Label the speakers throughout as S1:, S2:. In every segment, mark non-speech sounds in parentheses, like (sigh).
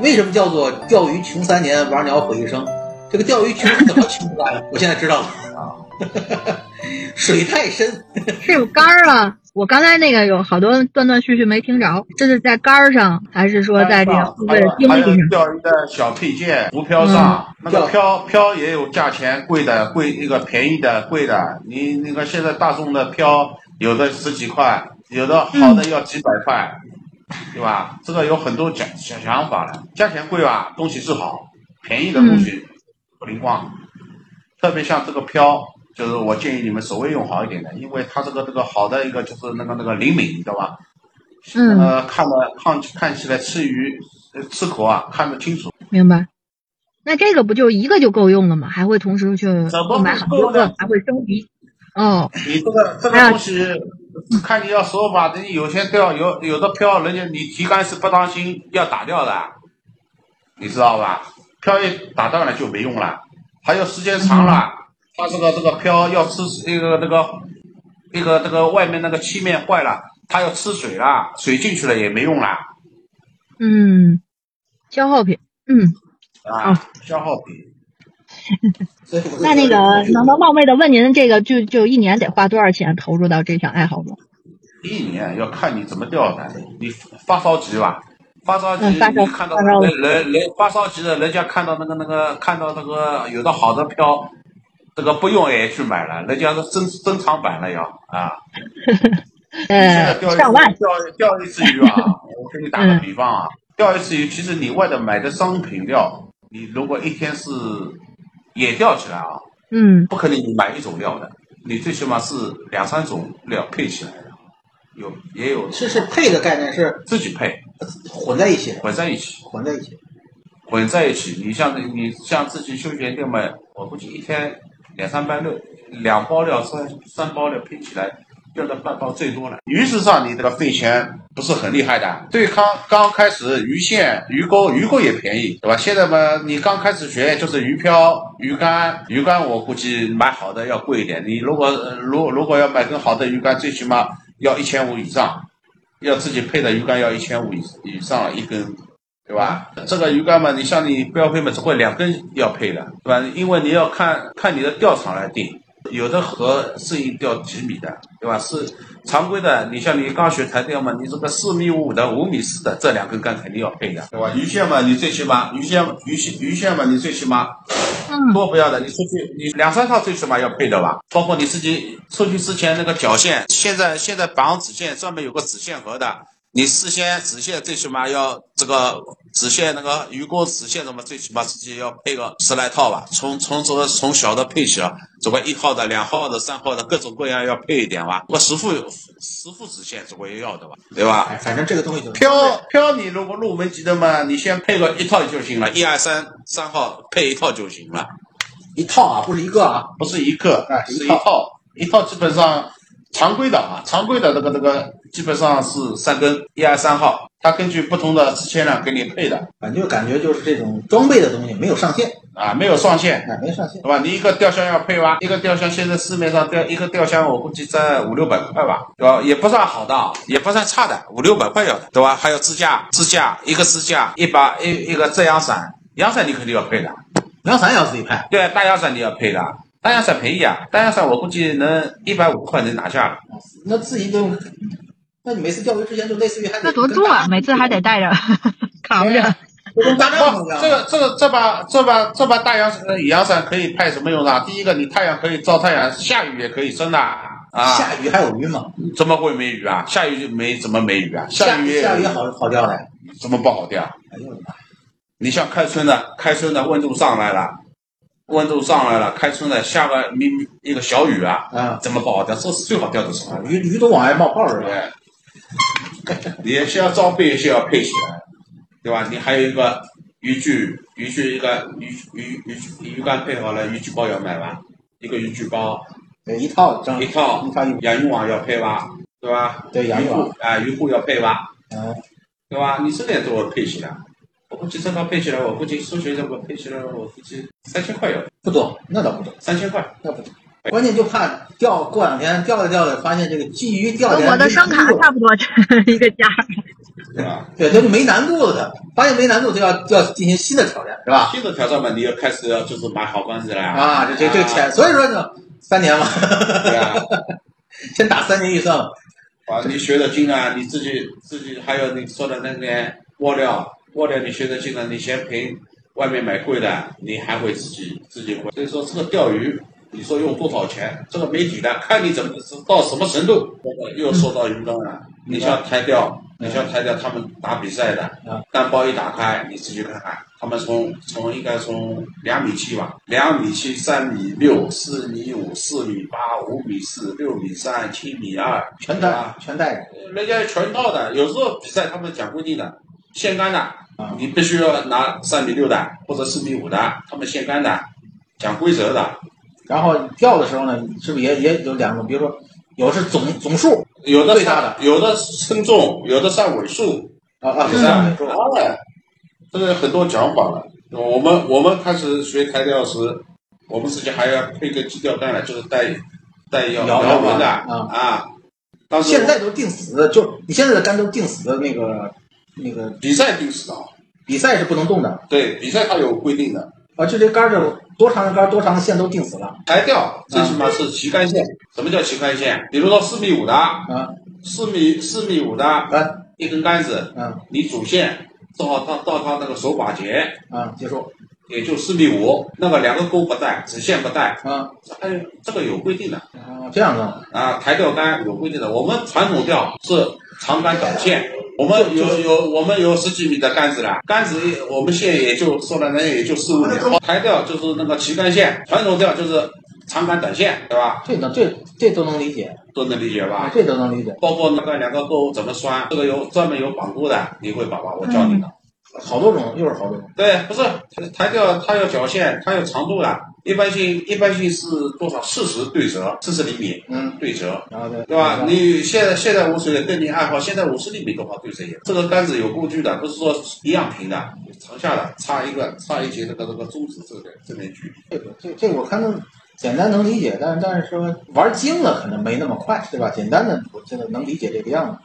S1: 为什么叫做钓鱼穷三年，玩鸟毁一生？这个钓鱼穷怎么穷法
S2: (laughs)
S1: 呀？我现在知道了，水太深，
S3: 是杆儿啊！我刚才那个有好多断断续续没听着，这是在杆儿上，还是说在这个部
S2: 还
S3: 队
S2: 有
S3: 经
S2: 啊还
S3: 历
S2: 有
S3: 上？嗯
S2: 钓鱼的小配件，浮漂上，那个漂漂也有价钱，贵的贵，那个便宜的贵的。你那个现在大众的漂，有的十几块，有的
S3: 嗯
S2: 好的要几百块，对吧？这个有很多讲想想法了，价钱贵吧，东西是好，便宜的东
S3: 嗯
S2: 西不灵光。特别像这个漂，就是我建议你们手位用好一点的，因为它这个这个好的一个就是那个那个灵敏，你知道吧？
S3: 嗯，
S2: 呃，看的看看起来吃鱼呃吃口啊看得清楚，
S3: 明白。那这个不就一个就够用了吗？还会同时去
S2: 么
S3: 买很多
S2: 不够呢
S3: 个，还会升级。哦，
S2: 你这个这个东西看你要手法，人家有些钓有有的漂，人家你提竿是不当心要打掉的，你知道吧？漂一打掉了就没用了，还有时间长了，它这个这个漂要吃那个那个那个那个外面那个漆面坏了，它要吃水了，水进去了也没用了。
S3: 嗯，消耗品。嗯，
S2: 啊
S3: 哦，
S2: 消耗品。
S1: 所以我就
S3: 那
S1: 觉
S3: 那
S1: 得
S3: 个能能冒昧的问您，这个就就一年得花多少钱投入到这项爱好中？
S2: 一年要看你怎么钓的，你发烧级吧，发烧级
S3: 嗯发烧
S2: 你看到
S3: 发烧
S2: 人人人发烧级的，人家看到那个那个看到那个有的好的漂，这个不用也去买了，人家是珍珍藏版了要啊。现在
S3: 呃，
S2: 钓一
S3: 上万。
S2: 钓一钓一次鱼
S3: (laughs)
S2: 啊，我给你打个比方啊，钓一次鱼，其实你外头买的商品料，你如果一天是也钓起来啊，
S3: 嗯，
S2: 不可能你买一种料的，你最起码是两三种料配起来的，有也有
S1: 是是配的概念是
S2: 自己配
S1: 混在一起的，
S2: 混在一起，
S1: 混在一起的。
S2: 混在一起。你像你像自己休闲店嘛，我估计一天两三包料，两包料三三包料拼起来，要到半包最多了。鱼市上你这个费钱不是很厉害的，对刚刚开始鱼线、鱼钩、鱼钩也便宜，对吧？现在嘛，你刚开始学就是鱼漂、鱼竿，鱼竿我估计买好的要贵一点。你如果呃如如果要买根好的鱼竿，最起码要一千五以上。要自己配的鱼竿要一千五以以上了一根，对吧？这个鱼竿嘛，你像你标配嘛，只会两根要配的，对吧？因为你要看看你的钓场来定，有的河适应钓几米的，对吧？是常规的，你像你刚学台钓嘛，你这个四米五的、五米四的这两根杆肯定要配的，对吧？鱼线嘛，你最起码鱼线鱼线鱼线嘛，你最起码
S3: 嗯，
S2: 多不要的，你出去你两三套最起码要配的吧，包括你自己出去之前那个绞线，现在现在绑子线专门有个子线盒的，你事先子线最起码要这个子线那个鱼钩子线什么最起码自己要配个十来套吧，从从这个从小的配起啊，总归一号的、两号的、三号的各种各样要配一点吧，我十副十副子线总归要的吧，对吧？
S1: 哎，反正这个东西就是
S2: 漂漂，你如果入门级的嘛，你先配个一套就行了，一二三三号配一套就行了。
S1: 一套啊，不是一个啊。
S2: 不是一个
S1: 哎，
S2: 是
S1: 一
S2: 一
S1: 套
S2: 套，一套基本上常规的啊，常规的这个这个基本上是三根一二三号，它根据不同的支线量给你配的
S1: 反正就感觉就是这种装备的东西没有上限，
S2: 啊，没有上限，
S1: 哎，没上限。
S2: 对吧？你一个钓箱要配吧，一个钓箱现在市面上钓一个钓箱，我估计在五六百块吧，对吧？也不算好的，啊，也不算差的，五六百块要的，对吧？还有支架，支架一个支架，一把一一个遮阳伞，阳伞你肯定要配的，
S1: 阳伞也要自己配，
S2: 对，啊大阳伞你要配的，啊大阳伞便宜啊，大阳伞我估计能一百五块能拿下了。
S1: 那自己就，那你每次钓鱼之前就类似于还得
S3: 那多重啊！每次还得带着 (laughs) 扛
S2: 哎
S3: 着。
S1: 就跟搭帐
S2: 不
S1: 篷一，样。
S2: 哦这个这个这把这把这把大阳伞阳伞可以派什么用呢？第一个，你太阳可以照太阳，下雨也可以生的啊。
S1: 下雨还有鱼吗？
S2: 怎么会没雨啊？下雨就没怎么没雨啊？
S1: 下
S2: 雨
S1: 下雨好好钓的。
S2: 怎么不好钓？
S1: 哎呦我的妈！
S2: 你像开春的，开春的温度上来了，温度上来了，开春的下个咪咪一个小雨啊，
S1: 啊
S2: 怎么不好钓？这是最好钓的啊时候。
S1: 鱼鱼都往外冒泡似的。
S2: 对， (laughs) 你先要装备先要配起来，对吧？你还有一个渔具渔具一个鱼鱼鱼鱼竿配好了，渔具包要买吧？一个渔具包，
S1: 对，一套正
S2: 一套
S1: 一套一
S2: 养鱼网要配吧？对吧？
S1: 对养
S2: 鱼
S1: 鱼网
S2: 护啊，鱼护要配吧？
S1: 嗯，
S2: 对吧？你这点都要配起来，我估计这套配起来，我估计数学这个配起来，我估计三千块有，
S1: 不懂，那倒不懂，
S2: 三千块。
S1: 那不懂。关键就怕钓，过两天钓着钓着，发现这个鲫鱼钓起
S3: 跟
S1: 来
S3: 我的
S1: 没
S3: 声卡
S1: 难度
S3: 差不多 (laughs) 一个价。
S2: 对吧？
S1: 对，它就没难度了的，发现没难度就要就要进行新的挑战，是吧？
S2: 新的挑战嘛，你要开始要就是买好关系啦。
S1: 啊，这这这个钱，所以说呢，三年嘛， (laughs)
S2: 对啊，
S1: 先打三年预算嘛。
S2: 啊，你学的精啊，你自己自己还有你说的那些窝料，窝料你学的精啊了，你嫌赔，外面买贵的，你还会自己自己会。所以说这个钓鱼，你说用多少钱，这个没底的，看你怎么到什么程度。又说到鱼竿了，你像台钓，你像台钓他们打比赛的
S1: 嗯，
S2: 单包一打开，你自己看看，他们从从应该从两米七吧，两米七、三米六、四米五、四米八、五米四、六米三、七米二，
S1: 全
S2: 对
S1: 带
S2: 吧
S1: 全带着，
S2: 人家全套的，有时候比赛他们讲规定的，限杆的
S1: 啊，
S2: 你必须要拿三米六的或者四米五的，他们限杆的，讲规则的，
S1: 然后钓的时候呢，是不是也也有两种？比如说，有是总总数
S2: 有的
S1: 最大
S2: 上有的称重，有的上尾数，
S1: 啊啊，
S2: 有
S1: 是
S2: 的
S1: 上
S2: 上
S1: 尾
S2: 尾数
S1: 数，
S2: 哎，这个很多讲法了。我们我们开始学台钓时，我们自己还要配个机钓竿了，就是带带摇
S1: 摇
S2: 摇纹的
S1: 摇纹
S2: 啊。当时
S1: 现在都定死，就你现在的杆都定死的那个那个
S2: 比赛定时的，
S1: 比赛是不能动的
S2: 对比赛它有规定的。
S1: 啊，就这杆儿就多长的杆儿多长的线都定死了
S2: 台钓最起码是旗杆线。什么叫旗杆线？比如说四米五的，
S1: 啊
S2: 四米四米五的
S1: 啊
S2: 一根杆子，
S1: 啊
S2: 你主线正好到到它那个手把节，
S1: 啊，结束
S2: 也就四米五，那个两个钩不带，子线不带，
S1: 啊
S2: 这还有这个有规定的
S1: 啊，这样的
S2: 啊。台钓竿有规定的，我们传统钓是长杆短线。我们有有我们有十几米的杆子了，杆子一我们线也就说了，那也就四五米。台钓就是那个旗杆线，传统钓就是长杆短线，对吧？
S1: 这能这这都能理解，啊
S2: 都能理解吧？
S1: 这都能理解。
S2: 包括那个两个钩怎么拴，这个有专门有绑钩的，你会把吧？我教你的。
S1: 好多种，又是好多种
S2: 对，不是台钓，它有角线，它有长度的，一般性一般性是多少？四十对折，四十厘米，
S1: 嗯，
S2: 对折。
S1: 然后再
S2: 对吧？你现在现在无所谓，跟你爱好，现在五十厘米多少对折也？这个杆子有工具的，不是说一样平的，长下的，差一个差一节那个那个珠子这个这边距。
S1: 这个这这个我看能简单能理解，但是但是说玩精了可能没那么快，对吧？简单的我现在能理解这个样子。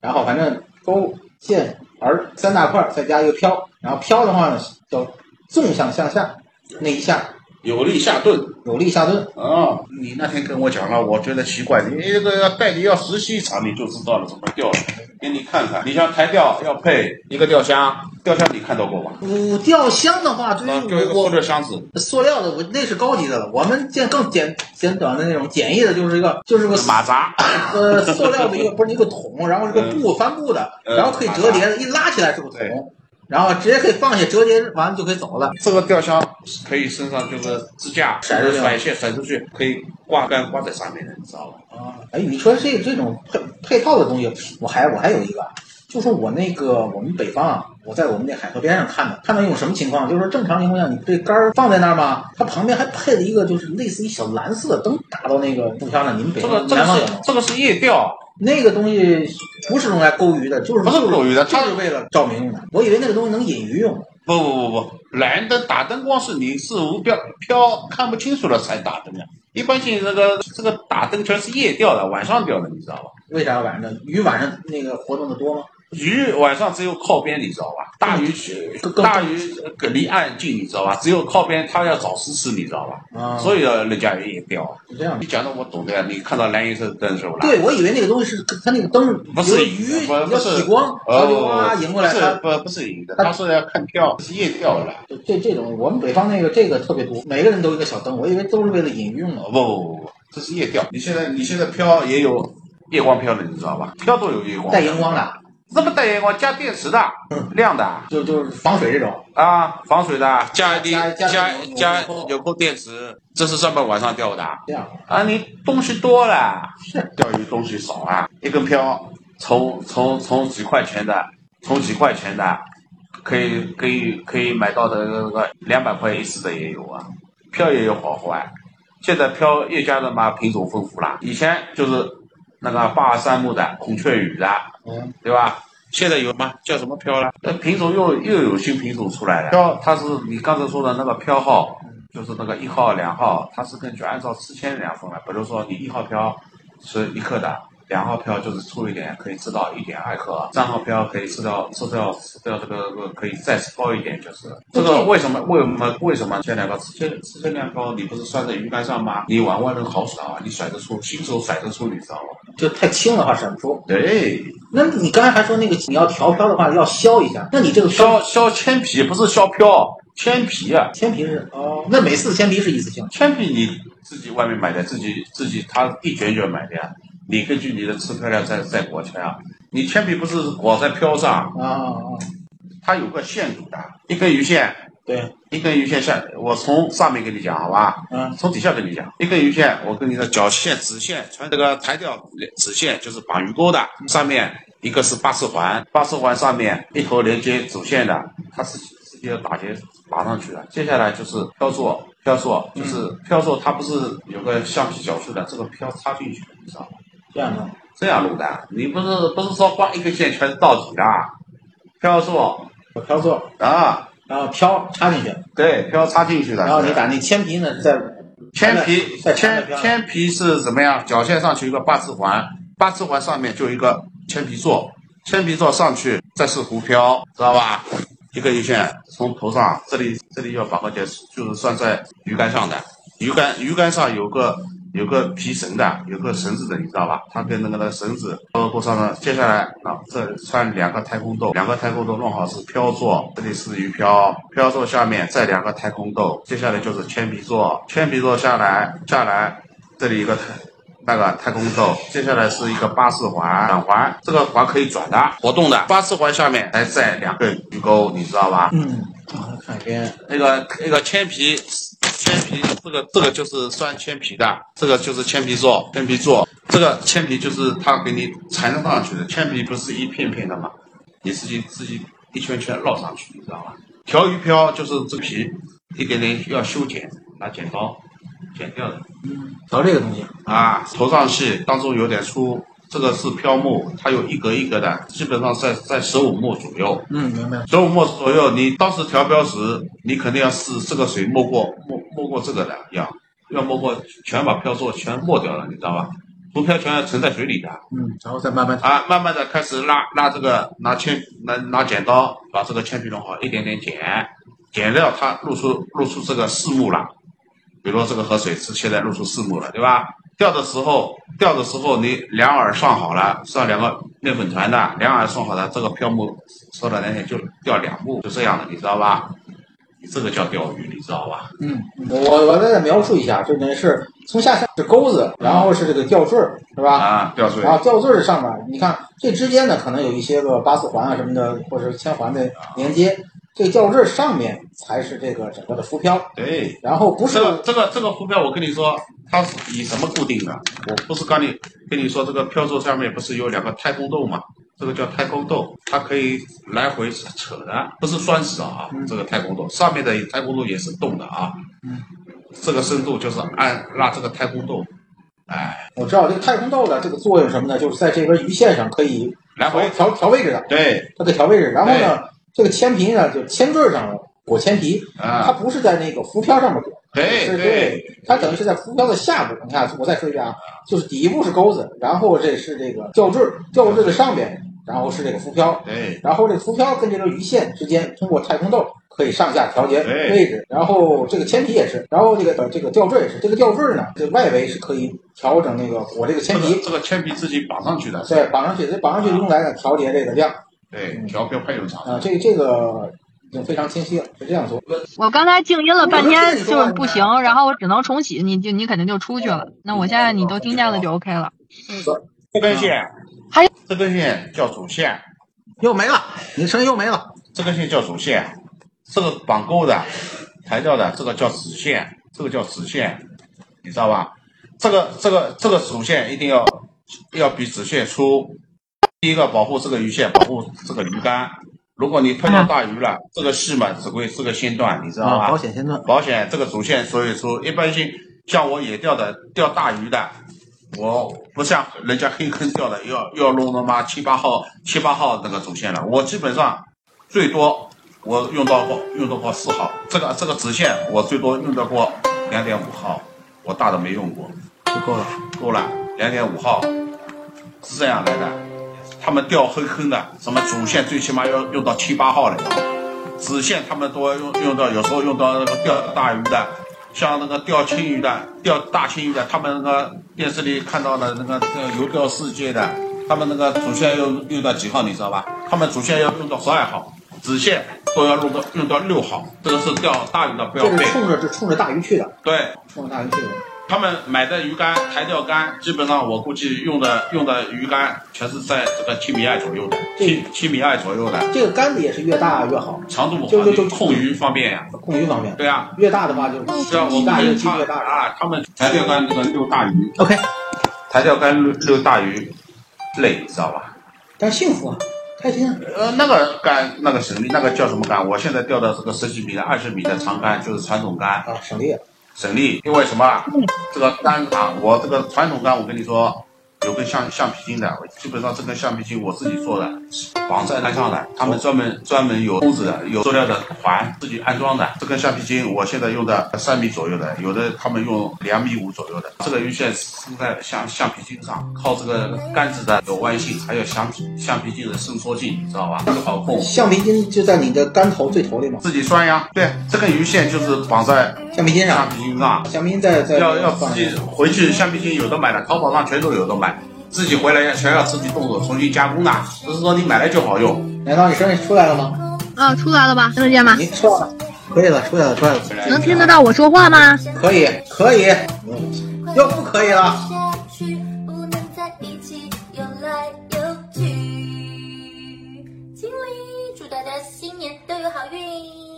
S1: 然后反正钩线饵三大块儿，再加一个漂，然后漂的话呢叫纵向向下那一下
S2: 有力下顿，
S1: 有力下蹲，
S2: 哦，你那天跟我讲了，我觉得奇怪，你这个带你要实习一场，你就知道了怎么钓了，给你看看。你像台钓要配一个钓箱，钓箱你看到过吧？
S1: 五钓箱的话，对
S2: 啊，就一
S1: 于
S2: 个
S1: 我
S2: 塑料箱子，
S1: 我塑料的，我那是高级的了。我们见更简简短的那种简易的，就是一个就是个
S2: 马 (laughs) 扎，
S1: 呃塑料的
S2: (laughs)
S1: 一个不是一个桶，然后是个布帆布的，
S2: 嗯
S1: 然后可以折叠的，一拉起来是个
S2: 对
S1: 桶，然后直接可以放下，折叠完了就可以走了。
S2: 这个钓箱可以身上就是支架
S1: 甩出去
S2: 甩线甩出去，可以挂杆挂在上面的，你知道吧？
S1: 啊，哎，你说这这种配配套的东西，我还我还有一个啊，就是我那个我们北方啊，我在我们那海河边上看的，看到一种什么情况，就是说正常情况下，你这杆儿放在那儿嘛，它旁边还配了一个就是类似于小蓝色的灯打到那个浮漂上，你们北
S2: 这个
S1: 方
S2: 这个
S1: 南方有
S2: 是
S1: 吗？
S2: 这个是夜钓，
S1: 那个东西不是用来钩鱼的，就是
S2: 不是狗鱼的，它
S1: 就是为了照明用的。我以为那个东西能引鱼用，
S2: 不不不不，蓝灯打灯光是你是无标飘看不清楚了才打灯的，一般性那个这个打灯全是夜钓的，晚上钓的，你知道吧？
S1: 为啥晚上鱼晚上那个活动的多吗？
S2: 鱼晚上只有靠边，你知道吧？大鱼区
S1: 更更
S2: 大鱼呃离岸近，你知道吧？只有靠边，它要找食吃，你知道吧？
S1: 啊，
S2: 所以呃人家也夜钓。
S1: 是这样的
S2: 你。讲的我懂的呀，你看到蓝颜色灯是不啦？
S1: 对，我以为那个东西是它那个灯，
S2: 不是
S1: 比如
S2: 鱼
S1: 鱼
S2: 不不
S1: 要
S2: 是哦
S1: 起光，它就哇迎过来，
S2: 不
S1: 它
S2: 是不不是鱼的，
S1: 它
S2: 他说要看钓，是夜钓了。
S1: 这这这种，我们北方那个这个特别多，每个人都有一个小灯，我以为都是为了引用的。
S2: 哦不不不不，这是夜钓。你现在你现在漂也有夜光漂的，你知道吧？漂都有夜光，
S1: 带荧光，的，
S2: 这么带荧光加电池的，亮的
S1: 就就是防水这种。
S2: 啊，防水的，加一滴
S1: 加加有
S2: 加
S1: 有
S2: 有扣电池，这是上班晚上钓的
S1: 这样
S2: 啊。你东西多了
S1: 是，
S2: (laughs) 钓鱼东西少啊，一根漂从从从几块钱的，从几块钱的。可以可以可以买到的那个两百块一次的也有啊，票也有好还。现在票越加的嘛品种丰富啦，以前就是那个八二三木的、孔雀羽的，
S1: 嗯，
S2: 对吧？现在有吗？叫什么飘了？那品种又又有新品种出来了。飘，它是你刚才说的那个飘号，就是那个一号、两号，它是根据按照次千两分来。比如说你一号飘是一克的，两号飘就是粗一点，可以吃到一点二克；三号飘可以吃到吃掉吃掉这个这个可以再高一点，就是这个为什么为什么为什么千两个次千次千两高？你不是拴在鱼竿上吗？你往外能好甩啊，你甩得出，新手甩得出，你知道吗？
S1: 就太轻的话甩不出。
S2: 对。
S1: 那你刚才还说那个你要调漂的话要削一下，那你这个漂
S2: 削削铅皮不是削漂，铅皮啊，
S1: 铅皮是哦，那每次铅皮是一次性，
S2: 铅皮你自己外面买的，自己自己他一卷一卷买的呀，你根据你的吃漂量再再裹起来啊。你铅皮不是裹在漂上，
S1: 啊啊啊，
S2: 它有个限度的，一根鱼线，
S1: 对，
S2: 一根鱼线下，我从上面跟你讲好吧，
S1: 嗯
S2: 从底下跟你讲，一根鱼线，我跟你说，绞线、直线，穿这个抬钓直线就是绑鱼钩的，
S1: 嗯
S2: 上面一个是八字环，八字环上面一头连接主线的，它是直接打结绑上去的。接下来就是漂座，漂座
S1: 嗯
S2: 就是漂座，它不是有个橡皮绞束的，这个漂插进去，你知道吗？
S1: 这样的，
S2: 这样录的，你不是不是说光一根线全是到底的，漂座
S1: 有漂座，
S2: 啊，
S1: 然后漂插进去，
S2: 对，漂插进去的，
S1: 然后你把那铅皮呢再
S2: 铅皮
S1: 再插在
S2: 铅
S1: 漂上
S2: 铅皮是怎么样？绞线上去一个八字环，八字环上面就一个铅皮座，铅皮座上去再是浮漂，知道吧？一根鱼线从头上这里这里要绑个结，就是拴在鱼竿上的。鱼竿鱼竿上有个有个皮绳的，有个绳子的，你知道吧？它跟那个那个绳子包括上呢，接下来啊，这穿两个太空豆，两个太空豆弄好是漂座，这里是鱼漂，漂座下面再两个太空豆，接下来就是铅皮座，铅皮座下来下来，这里一个太。那个太空豆，接下来是一个八字环，转环，这个环可以转的，活动的。八字环下面还在两个鱼钩，你知道吧？
S1: 嗯，啊看这边
S2: 那个那个铅皮，铅皮这个这个就是拴铅皮的，这个就是铅皮座，铅皮座，这个铅皮就是它给你缠上去的，铅皮不是一片片的嘛，你自己自己一圈圈绕上去，你知道吧？条鱼漂就是这皮，一点点要修剪，拿剪刀剪掉的。
S1: 调这个东西，
S2: 啊，头上去当中有点粗，这个是漂木，它有一格一格的，基本上在在十五目左右。
S1: 嗯，明白，
S2: 十五目左右，你当时调标时，你肯定要试这个水没过没没过这个的，要要没过全把漂座全没掉了，你知道吧？浮漂全要沉在水里的
S1: 嗯，然后再慢慢调，
S2: 啊，慢慢的开始拉拉这个拿铅拿拿剪刀把这个铅皮弄好，一点点剪，剪掉它露出露出这个四目了。比如说这个河水是现在露出四目了，对吧？钓的时候，钓的时候你两饵上好了，上两个面粉团的，两饵上好了，这个漂目收了两点就钓两目，就这样的，你知道吧？你这个叫钓鱼，你知道吧？
S1: 嗯，我我再描述一下，这个是从下上是钩子，然后是这个吊坠儿，是吧？
S2: 啊，钓水
S1: 然后吊坠儿上面儿，你看这之间呢，可能有一些个八字环啊什么的，或者是铅环的连接。这吊坠儿上面才是这个整个的浮漂，
S2: 对。
S1: 然后不是
S2: 这个这个这个浮漂，我跟你说，它是以什么固定的？我不是刚你跟你说，这个漂座上面不是有两个太空豆吗？这个叫太空豆，它可以来回扯的，不是拴死的啊。
S1: 嗯
S2: 这个太空豆上面的太空豆也是动的啊。
S1: 嗯
S2: 这个深度就是按拉这个太空豆，哎，
S1: 我知道这个太空豆的这个作用是什么呢？就是在这根鱼线上可以
S2: 来
S1: 调
S2: 回
S1: 调调位置的，
S2: 对
S1: 它可以调位置。然后呢，这个铅皮呢，就铅坠儿上裹铅皮，它
S2: 啊，
S1: 不是在那个浮漂上面裹，
S2: 对
S1: 是
S2: 对，
S1: 对，它等于是在浮漂的下部。你看，我再说一遍啊，就是底部是钩子，然后这是这个吊坠儿，吊坠儿的上边，然后是这个浮漂，
S2: 对
S1: 然后这浮漂跟这个鱼线之间通过太空豆可以上下调节
S2: 对
S1: 位置，然后这个铅皮也是，然后这个呃这个吊坠也是，这个吊坠呢，这外围是可以调整那个我这个
S2: 这
S1: 铅
S2: 个
S1: 皮，
S2: 这个铅皮自己绑上去的，
S1: 对，绑上去，这绑上去用来呢调节这个量
S2: 对，调漂派有场
S1: 啊，这这个已经非常清晰了，是这样做。
S3: 我刚才静音了半
S1: 我都跟你
S3: 天，
S1: 说
S3: 就是
S1: 了
S3: 不行，然后我只能重启，你就你肯定就出去了。那我现在你都听见了就 OK 了。
S2: 这根线，
S3: 还有
S2: 啊这根线叫主线，
S1: 又没了，你的声音又没了。
S2: 这根线叫主线，啊这个绑钩的、抬吊的，这个叫子线，这个叫子线，你知道吧？这个、这个、这个主线一定要要比子线粗。第一个保护这个鱼线，保护这个鱼竿，如果你碰到大鱼了，这个细嘛只会是个线段，你知道吧？
S1: 啊保险线段，
S2: 保险这个主线，所以说一般性像我野钓的钓大鱼的，我不像人家黑坑钓的要要弄他妈七八号七八号那个主线了，我基本上最多我用到过用到过四号，这个这个直线我最多用到过两点五号，我大的没用过，
S1: 就够了。
S2: 够了两点五号是这样来的，他们钓黑坑的什么主线最起码要用到七八号了要。子线他们都用用到，有时候用到那个钓大鱼的，像那个钓青鱼的、钓大青鱼的，他们那个电视里看到的那个那个游钓世界的，他们那个主线要用到几号，你知道吧？他们主线要用到十二号，子线都要用到用到六号，这个是钓大鱼的，不要
S1: 这
S2: 背
S1: 是。冲着就冲着大鱼去的，
S2: 对
S1: 冲着大鱼去的。
S2: 他们买的鱼竿、台钓竿，基本上我估计用的用的鱼竿全是在这个七米二左右的，七七米二左右的，
S1: 这个杆子也是越大越好，
S2: 长度
S1: 就就就
S2: 控鱼方便呀、
S1: 控鱼方面，
S2: 对啊。
S1: 越大的话就
S2: 只要我
S1: 越大
S2: 们
S1: 越
S2: 他
S1: 轻越大。
S2: 啊，他们台钓竿那个溜大鱼，
S1: OK，
S2: 台钓竿溜溜大鱼累，你知道吧？
S1: 但是幸福啊，开心啊，
S2: 呃，那个竿那个省力，那个叫什么竿？我现在钓的这个十几米的、二十米的长竿，就是传统竿，
S1: 啊，省力。
S2: 省力。因为什么啊？这个竿啊，我这个传统竿，我跟你说。有根橡橡皮筋的，我基本上这根橡皮筋我自己做的，绑在杆上的。他们专门专门有钩子的，有塑料的环，自己安装的。这根橡皮筋我现在用的三米左右的，有的他们用两米五左右的。这个鱼线是在橡橡皮筋上，靠这个杆子的有弯性，还有橡皮橡皮筋的伸缩性，你知道吧？这个好控。
S1: 橡皮筋就在你的杆头最头里嘛，
S2: 自己拴呀，对，这根鱼线就是绑在
S1: 橡皮筋
S2: 橡
S1: 上，
S2: 皮筋上，
S1: 橡皮筋在在
S2: 要要
S1: 放
S2: 自己回去橡皮筋有的买了，淘宝上全都有的买，自己回来要全要自己动手重新加工的，不是说你买来就好用。
S1: 难道你声音出来了吗？
S3: 啊，出来了吧？听得见吗？
S1: 你出来了，可以了，出来了，出来了，
S3: 能听得到我说话吗？
S1: 可以，可以，嗯又不可以了。
S4: 下去，不能在一起游来游去。经理，祝大家新年都有好运。